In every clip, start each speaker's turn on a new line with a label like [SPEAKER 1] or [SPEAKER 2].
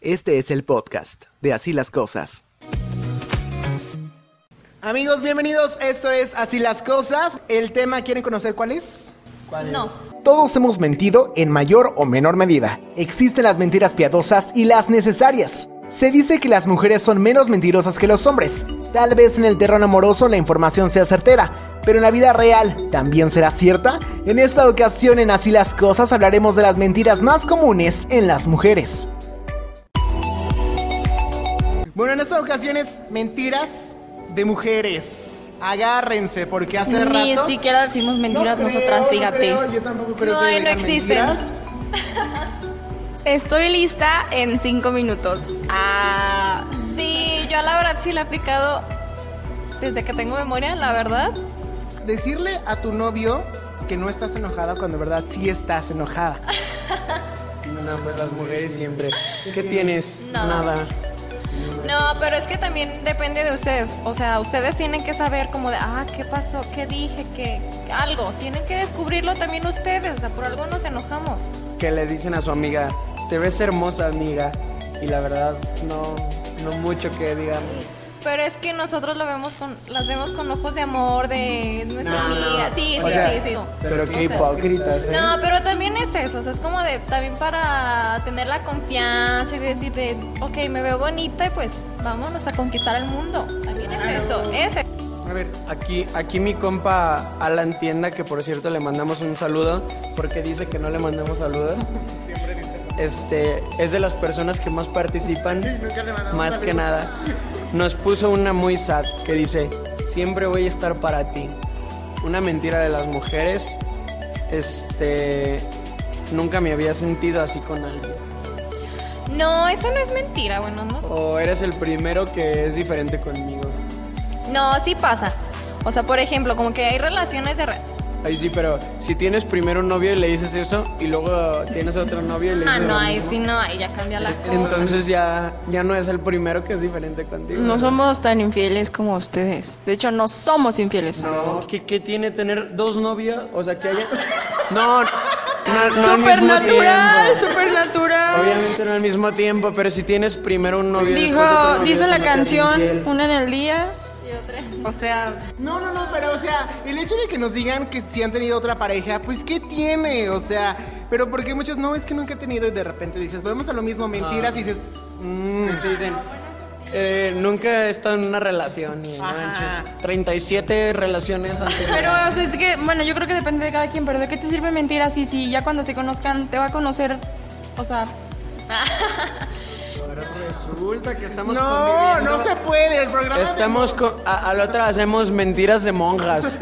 [SPEAKER 1] Este es el podcast de Así las Cosas. Amigos, bienvenidos. Esto es Así las Cosas. El tema, ¿quieren conocer cuál es?
[SPEAKER 2] No.
[SPEAKER 1] Todos hemos mentido en mayor o menor medida. Existen las mentiras piadosas y las necesarias. Se dice que las mujeres son menos mentirosas que los hombres. Tal vez en el terreno amoroso la información sea certera, pero en la vida real también será cierta. En esta ocasión en Así las Cosas hablaremos de las mentiras más comunes en las mujeres. Bueno, en esta ocasión es mentiras de mujeres. Agárrense, porque hace
[SPEAKER 2] Ni
[SPEAKER 1] rato...
[SPEAKER 2] siquiera decimos mentiras
[SPEAKER 1] No creo,
[SPEAKER 2] nosotras,
[SPEAKER 1] no
[SPEAKER 2] fíjate.
[SPEAKER 1] creo, yo tampoco creo
[SPEAKER 3] No,
[SPEAKER 1] que
[SPEAKER 3] ahí no
[SPEAKER 1] digan
[SPEAKER 3] existen.
[SPEAKER 1] mentiras.
[SPEAKER 2] Estoy lista en cinco minutos. Ah.
[SPEAKER 3] Sí, yo la verdad sí la he aplicado desde que tengo memoria, la verdad.
[SPEAKER 1] Decirle a tu novio que no estás enojada cuando en verdad sí estás enojada.
[SPEAKER 4] No, pues las mujeres siempre. ¿Qué tienes?
[SPEAKER 3] Nada.
[SPEAKER 4] Nada.
[SPEAKER 3] No, pero es que también depende de ustedes. O sea, ustedes tienen que saber como de, ah, ¿qué pasó? ¿Qué dije? ¿Qué? Algo. Tienen que descubrirlo también ustedes. O sea, por algo nos enojamos.
[SPEAKER 4] Que le dicen a su amiga, te ves hermosa, amiga. Y la verdad, no, no mucho que digamos.
[SPEAKER 3] Pero es que nosotros lo vemos con, las vemos con ojos de amor, de nuestra
[SPEAKER 4] No, no,
[SPEAKER 3] amiga.
[SPEAKER 4] no.
[SPEAKER 3] Sí,
[SPEAKER 4] O
[SPEAKER 3] sí,
[SPEAKER 4] sea,
[SPEAKER 3] sí, sí. No.
[SPEAKER 4] Pero
[SPEAKER 3] O
[SPEAKER 4] qué
[SPEAKER 3] sea,
[SPEAKER 4] hipócritas, ¿eh?
[SPEAKER 3] No, pero también es eso, o sea, es como de, también para tener la confianza y decir de, ok, me veo bonita y pues vámonos a conquistar el mundo. También es e-. eso, ese.
[SPEAKER 1] A ver,
[SPEAKER 4] Aquí, aquí mi compa Alan Tienda, que por cierto le mandamos un saludo, porque dice que no le mandamos saludos. Este, es de las personas que más participan, más que nada. Nos puso una muy sad que dice, siempre voy a estar para ti. Una mentira de las mujeres, este, nunca me había sentido así con alguien.
[SPEAKER 3] No, eso no es mentira, bueno, no sé.
[SPEAKER 4] O eres el primero que es diferente conmigo.
[SPEAKER 3] No, sí pasa. O sea, por ejemplo, como que hay relaciones de... re-
[SPEAKER 4] Ahí sí, pero si tienes primero un novio y le dices eso, y luego tienes otro novio y le dices
[SPEAKER 3] Ah, no,
[SPEAKER 4] lo
[SPEAKER 3] ahí
[SPEAKER 4] mismo,
[SPEAKER 3] sí no, ahí ya cambia la cosa.
[SPEAKER 4] Entonces ya, ya no es el primero que es diferente contigo.
[SPEAKER 5] No somos tan infieles como ustedes. De hecho, no somos infieles.
[SPEAKER 4] No, ¿qué, qué tiene tener dos novios? O sea, que haya... No, no, no al mismo
[SPEAKER 5] supernatural,
[SPEAKER 4] tiempo.
[SPEAKER 5] supernatural.
[SPEAKER 4] Obviamente no al mismo tiempo, pero si tienes primero un novio y después otro
[SPEAKER 5] Dijo,
[SPEAKER 4] novio,
[SPEAKER 5] dice
[SPEAKER 4] eso
[SPEAKER 5] la
[SPEAKER 4] no te hace
[SPEAKER 5] canción,
[SPEAKER 4] infiel.
[SPEAKER 5] una en el día.
[SPEAKER 3] Y otra-
[SPEAKER 5] O sea,
[SPEAKER 1] No, no, no, pero o sea, el hecho de que nos digan que si han tenido otra pareja, pues ¿qué tiene? O sea, pero porque muchos no, es que nunca he tenido y de repente dices, volvemos a lo mismo, mentiras y dices, "Mm".
[SPEAKER 4] Te dicen, eh, nunca he estado en una relación y no manches, 37 relaciones anteriores.
[SPEAKER 5] pero o sea, es que, bueno, yo creo que depende de cada quien, pero ¿de qué te sirve mentir así si ya cuando se conozcan te va a conocer? O sea,
[SPEAKER 4] Ahora resulta que estamos
[SPEAKER 1] no,
[SPEAKER 4] conviviendo.
[SPEAKER 1] no se puede, el programa... de-
[SPEAKER 4] Estamos co- a, a la otra hacemos mentiras de monjas.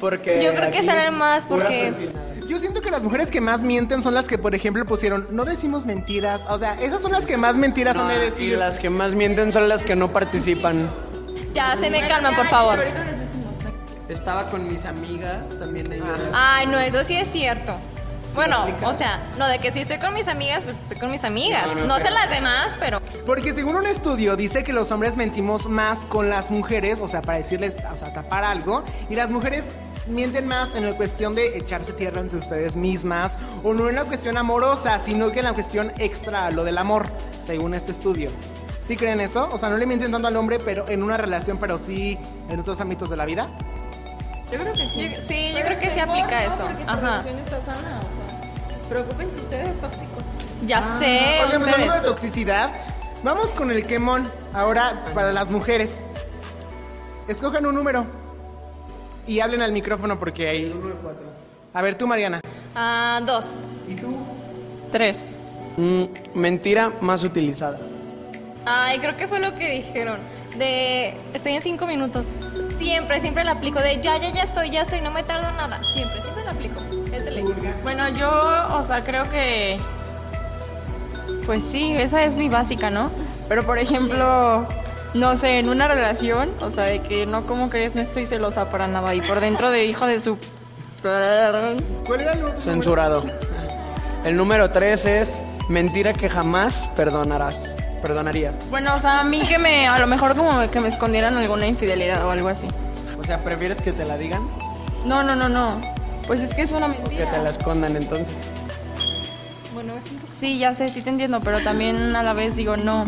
[SPEAKER 4] Porque
[SPEAKER 3] Yo creo que
[SPEAKER 4] eh, aquí
[SPEAKER 3] salen más
[SPEAKER 4] pura
[SPEAKER 3] porque-
[SPEAKER 4] cocinada.
[SPEAKER 1] Yo siento que las mujeres que más mienten son las que, por ejemplo, pusieron, no decimos mentiras, o sea, esas son las que más mentiras han de
[SPEAKER 4] No, y
[SPEAKER 1] decir.
[SPEAKER 4] las que más mienten son las que no participan.
[SPEAKER 3] Ya, se me calman, por favor.
[SPEAKER 4] Estaba con mis amigas también. ellas.
[SPEAKER 3] Ay, no, eso sí es cierto. Bueno, o sea, no, de que si estoy con mis amigas, pues estoy con mis amigas.
[SPEAKER 4] No, no,
[SPEAKER 3] No sé
[SPEAKER 4] pero-
[SPEAKER 3] las demás, pero...
[SPEAKER 1] Porque según un estudio dice que los hombres mentimos más con las mujeres, o sea, para decirles, o sea, tapar algo, y las mujeres mienten más en la cuestión de echarse tierra entre ustedes mismas, o no en la cuestión amorosa, sino que en la cuestión extra, lo del amor, según este estudio. ¿Sí creen eso? O sea, no le mienten tanto al hombre, pero en una relación, pero sí en otros ámbitos de la vida.
[SPEAKER 5] yo creo que
[SPEAKER 3] Yo- sí, yo creo que se aplica eso. Ajá.
[SPEAKER 5] está sana, o sea, preocupense ustedes, tóxicos.
[SPEAKER 3] Ya
[SPEAKER 4] Ah,
[SPEAKER 3] sé,
[SPEAKER 1] Oigan, pues, hablando de
[SPEAKER 3] ustedes.
[SPEAKER 1] toxicidad, vamos con el quemón. Ahora, para las mujeres. Escojan un número. Y hablen al micrófono porque ahí... A ver, tú, Mariana.
[SPEAKER 3] Ah, dos.
[SPEAKER 5] Tres.
[SPEAKER 4] Mm, mentira más utilizada.
[SPEAKER 3] Ay, creo que fue lo que dijeron. De estoy en cinco minutos. Siempre, siempre la aplico. De ya, ya, ya estoy, ya estoy, no me tardo nada. Siempre, siempre la aplico. Es de ley.
[SPEAKER 5] Bueno, yo, o sea, creo que. Pues sí, esa es mi básica, ¿no? Pero por ejemplo, no sé, en una relación, o sea, de que no, ¿cómo crees? No estoy celosa para nada. Y por dentro de hijo de su.
[SPEAKER 1] ¿Cuál era el número?
[SPEAKER 4] Censurado. El número 3 es mentira que jamás perdonarás. Perdonarías.
[SPEAKER 5] Bueno, o sea, a mí que me. A lo mejor como que me escondieran alguna infidelidad o algo así.
[SPEAKER 4] O sea, prefieres que te la digan
[SPEAKER 5] No, no, no, no. Pues es que es una
[SPEAKER 4] que te
[SPEAKER 5] mentira.
[SPEAKER 4] la escondan entonces.
[SPEAKER 3] Bueno, es un
[SPEAKER 5] Sí, ya sé, sí te entiendo, pero también a la vez digo no.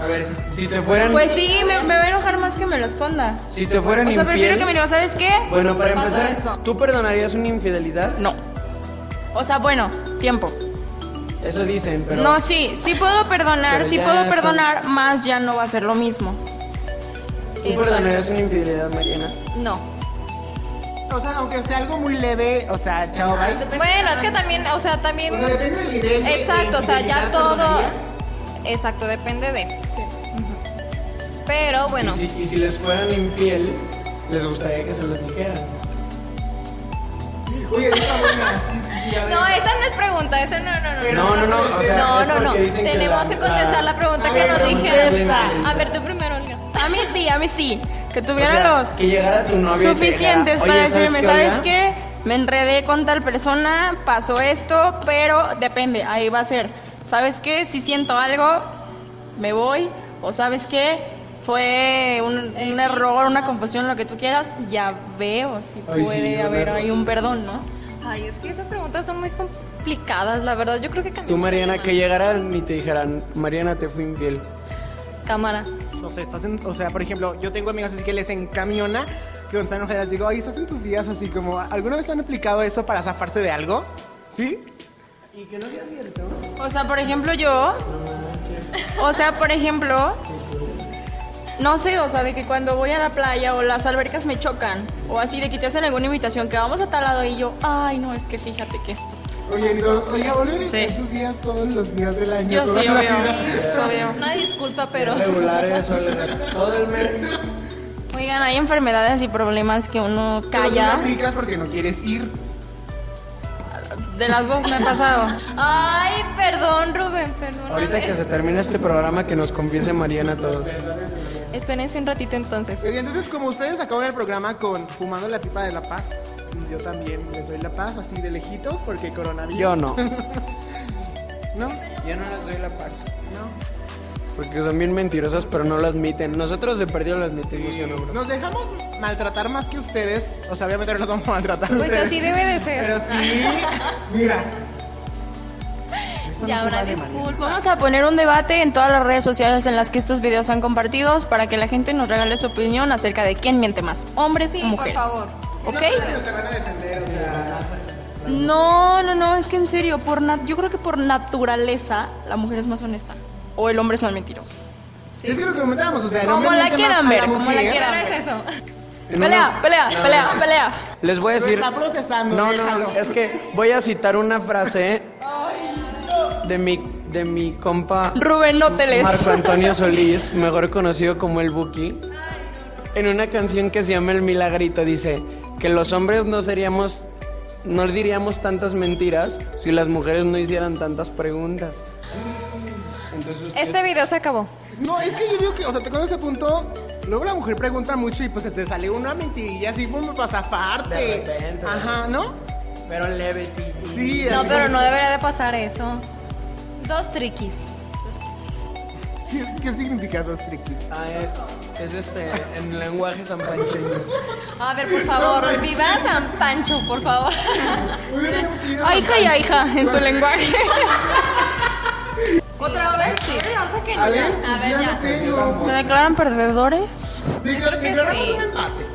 [SPEAKER 4] A ver, si te fueran, pues,
[SPEAKER 5] Pues sí, me, me va a enojar más que me lo esconda.
[SPEAKER 4] si te fueran
[SPEAKER 5] O sea, prefiero
[SPEAKER 4] infiel-
[SPEAKER 5] que me diga, ¿sabes qué?
[SPEAKER 4] Bueno, para
[SPEAKER 3] Pasó
[SPEAKER 4] empezar,
[SPEAKER 3] esto.
[SPEAKER 4] ¿tú perdonarías una infidelidad?
[SPEAKER 5] No. O sea, bueno, tiempo.
[SPEAKER 4] Eso dicen, pero
[SPEAKER 5] No, sí, sí puedo perdonar,
[SPEAKER 4] Pero
[SPEAKER 5] sí
[SPEAKER 4] ya
[SPEAKER 5] puedo
[SPEAKER 4] está.
[SPEAKER 5] perdonar, más ya no va a ser lo mismo.
[SPEAKER 4] ¿tú perdonarías una infidelidad, Mariana?
[SPEAKER 3] No.
[SPEAKER 1] O sea, aunque sea algo muy leve, o sea, chao, bye.
[SPEAKER 3] Bueno, es que también, o sea, también.
[SPEAKER 1] O sea, depende del nivel. de-
[SPEAKER 3] Exacto,
[SPEAKER 1] de
[SPEAKER 3] o sea,
[SPEAKER 1] infidelidad,
[SPEAKER 3] ya todo.
[SPEAKER 1] perdonaría.
[SPEAKER 3] Exacto, depende de. Ujú. Pero bueno,
[SPEAKER 4] Y si, y si les fueran infiel, les gustaría que se los dijeran.
[SPEAKER 1] Oye, esa buena. Sí, sí, sí, a ver.
[SPEAKER 3] no, esa no es pregunta, esa no, no, no.
[SPEAKER 4] No, no, no, o sea,
[SPEAKER 3] no,
[SPEAKER 4] es
[SPEAKER 3] no, no.
[SPEAKER 4] porque dicen que
[SPEAKER 3] Tenemos
[SPEAKER 4] la-
[SPEAKER 3] que contestar la,
[SPEAKER 4] la-
[SPEAKER 3] pregunta
[SPEAKER 1] A
[SPEAKER 3] que
[SPEAKER 1] ver,
[SPEAKER 3] nos dijeron.
[SPEAKER 1] contesta.
[SPEAKER 3] A ver, tú primero, Olga.
[SPEAKER 5] A mí sí, a mí sí. Que
[SPEAKER 4] O
[SPEAKER 5] tuviera
[SPEAKER 4] sea,
[SPEAKER 5] los
[SPEAKER 4] que llegara tu novia y te dijera,
[SPEAKER 5] suficientes
[SPEAKER 4] "Oye,
[SPEAKER 5] para decirme,
[SPEAKER 4] Olga?
[SPEAKER 5] ¿sabes qué? Me enredé con tal persona, pasó esto, pero depende, ahí va a ser. ¿Sabes qué? Si siento algo, me voy. O ¿sabes qué? Fue un, un error, una confusión, lo que tú quieras, ya veo si
[SPEAKER 4] Ay, sí,
[SPEAKER 5] puede
[SPEAKER 4] un
[SPEAKER 5] haber
[SPEAKER 4] error.
[SPEAKER 5] ahí un perdón, ¿no?
[SPEAKER 3] Ay, es que esas preguntas son muy complicadas, la verdad. Yo creo que
[SPEAKER 4] Tú,
[SPEAKER 3] cambiamos de
[SPEAKER 4] Mariana,
[SPEAKER 3] tema.
[SPEAKER 4] que llegaran y te dijeran, Mariana, te fui infiel.
[SPEAKER 3] Cámara.
[SPEAKER 1] No sé, estás en, o sea, por ejemplo, yo tengo amigas así que les encamiona que cuando están enojadas digo, ay, estás en tus días así como, ¿alguna vez han aplicado eso para zafarse de algo? ¿Sí? Y que no sea cierto.
[SPEAKER 5] O sea, por ejemplo, yo. O sea, por ejemplo. No sé, o sea, de que cuando voy a la playa o las albercas me chocan. O así, de que te hacen alguna invitación que vamos a tal lado y yo, ay, no, es que fíjate que esto.
[SPEAKER 1] Oye, entonces, oye, volver
[SPEAKER 5] Sí.
[SPEAKER 1] en tus días todos los días del año.
[SPEAKER 5] Yo
[SPEAKER 1] toda
[SPEAKER 5] sí,
[SPEAKER 1] la
[SPEAKER 5] obvio.
[SPEAKER 1] vida.
[SPEAKER 5] sí, obvio.
[SPEAKER 3] Una disculpa, pero.
[SPEAKER 4] Regular eso, Olga. todo el mes.
[SPEAKER 5] Oigan, hay enfermedades y problemas que uno
[SPEAKER 1] Pero tú No
[SPEAKER 5] calla.
[SPEAKER 1] aplicas porque no quieres ir.
[SPEAKER 5] De las dos me ha pasado.
[SPEAKER 3] Ay, perdón, Rubén, perdón.
[SPEAKER 4] Ahorita que se termine este programa, que nos confiese Mariana a todos.
[SPEAKER 3] Espérense un ratito entonces.
[SPEAKER 1] Oye, entonces, como ustedes acaban el programa con Fumando la Pipa de la Paz, yo también les doy la paz así de lejitos porque coronavirus.
[SPEAKER 4] Yo no.
[SPEAKER 1] ¿No?
[SPEAKER 4] Yo no les doy la paz.
[SPEAKER 1] No.
[SPEAKER 4] Porque son bien mentirosas, pero no lo admiten. Nosotros de perdido lo admitimos, ¿sí o no, bro?
[SPEAKER 1] Nos dejamos maltratar más que ustedes. O sea, obviamente no nos vamos a maltratar.
[SPEAKER 3] Pues
[SPEAKER 1] ustedes.
[SPEAKER 3] así debe de ser.
[SPEAKER 1] Pero sí. Mira. Eso no
[SPEAKER 3] ya
[SPEAKER 1] se
[SPEAKER 3] ahora
[SPEAKER 1] vale, Mariana.
[SPEAKER 3] disculpa.
[SPEAKER 5] Vamos a poner un debate en todas las redes sociales en las que estos videos son compartidos para que la gente nos regale su opinión acerca de quién miente más, hombres
[SPEAKER 3] Sí,
[SPEAKER 5] o
[SPEAKER 3] por
[SPEAKER 5] mujeres.
[SPEAKER 3] favor.
[SPEAKER 5] ¿Ok?
[SPEAKER 1] Pero se van a defender, o sea.
[SPEAKER 5] No, no, no, es que en serio, por nat- yo creo que por naturaleza la mujer es más honesta o el hombre es más mentiroso.
[SPEAKER 1] Es que lo que comentábamos, o sea, el
[SPEAKER 5] Como
[SPEAKER 1] hombre
[SPEAKER 5] la
[SPEAKER 1] miente más
[SPEAKER 5] quieran
[SPEAKER 1] a
[SPEAKER 5] ver,
[SPEAKER 1] la
[SPEAKER 5] como la
[SPEAKER 1] mujer,
[SPEAKER 5] quieran.
[SPEAKER 3] Pero es eso.
[SPEAKER 4] En
[SPEAKER 5] Pelea,
[SPEAKER 4] una-
[SPEAKER 5] pelea,
[SPEAKER 4] No,
[SPEAKER 5] pelea,
[SPEAKER 4] no, no.
[SPEAKER 5] pelea.
[SPEAKER 4] Les voy a
[SPEAKER 1] Lo
[SPEAKER 4] decir.
[SPEAKER 1] está procesando,
[SPEAKER 4] No, no,
[SPEAKER 1] déjalo.
[SPEAKER 4] no, es que voy a citar una frase de mi, de mi compa
[SPEAKER 5] Rubén, no te lees.
[SPEAKER 4] Marco Antonio Solís, mejor conocido como el Buki. En una canción que se llama El Milagrito dice que los hombres no seríamos no diríamos tantas mentiras si las mujeres no hicieran tantas preguntas. Entonces ustedes-
[SPEAKER 3] Este video se acabó.
[SPEAKER 1] No, es que yo digo que, o sea, te conoces ese punto. Luego la mujer pregunta mucho y pues se te sale una mentirilla así como para zafarte.
[SPEAKER 4] De repente, de
[SPEAKER 1] Ajá, ¿no?
[SPEAKER 4] pero leve sí.
[SPEAKER 1] Sí,
[SPEAKER 3] No,
[SPEAKER 1] así
[SPEAKER 3] pero
[SPEAKER 1] como-
[SPEAKER 3] no debería de pasar eso. Dos triquis.
[SPEAKER 1] ¿Qué, qué significa dos triquis?
[SPEAKER 4] Ah, es, es este en lenguaje sanpancheño.
[SPEAKER 3] A ver, por favor, viva San Pancho, por favor.
[SPEAKER 1] Muy bien, hemos tenido
[SPEAKER 5] Ay, hija y
[SPEAKER 1] bastante.
[SPEAKER 5] ay, hija, en su lenguaje. ¿Otra hora?
[SPEAKER 3] Sí.
[SPEAKER 1] A ver,
[SPEAKER 3] A
[SPEAKER 1] pues
[SPEAKER 3] ver,
[SPEAKER 1] yo
[SPEAKER 3] ya.
[SPEAKER 1] no tengo.
[SPEAKER 5] ¿Se declaran perdedores?
[SPEAKER 1] Diga- declaramos un empate.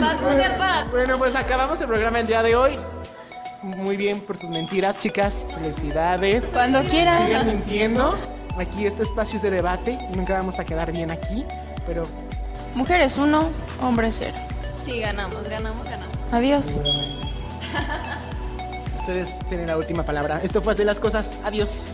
[SPEAKER 3] Vas a ser para.
[SPEAKER 1] Bueno, pues acabamos el programa el día de hoy. Muy bien por sus mentiras, chicas. Felicidades.
[SPEAKER 5] Cuando quieran.
[SPEAKER 1] Sigan mintiendo. Aquí este espacio es de debate. Nunca vamos a quedar bien aquí. Pero
[SPEAKER 5] Mujeres uno, hombres cero.
[SPEAKER 3] Sí, ganamos, ganamos, ganamos.
[SPEAKER 5] Adiós.
[SPEAKER 1] ustedes tienen la última palabra. Esto fue Hacer las Cosas. Adiós.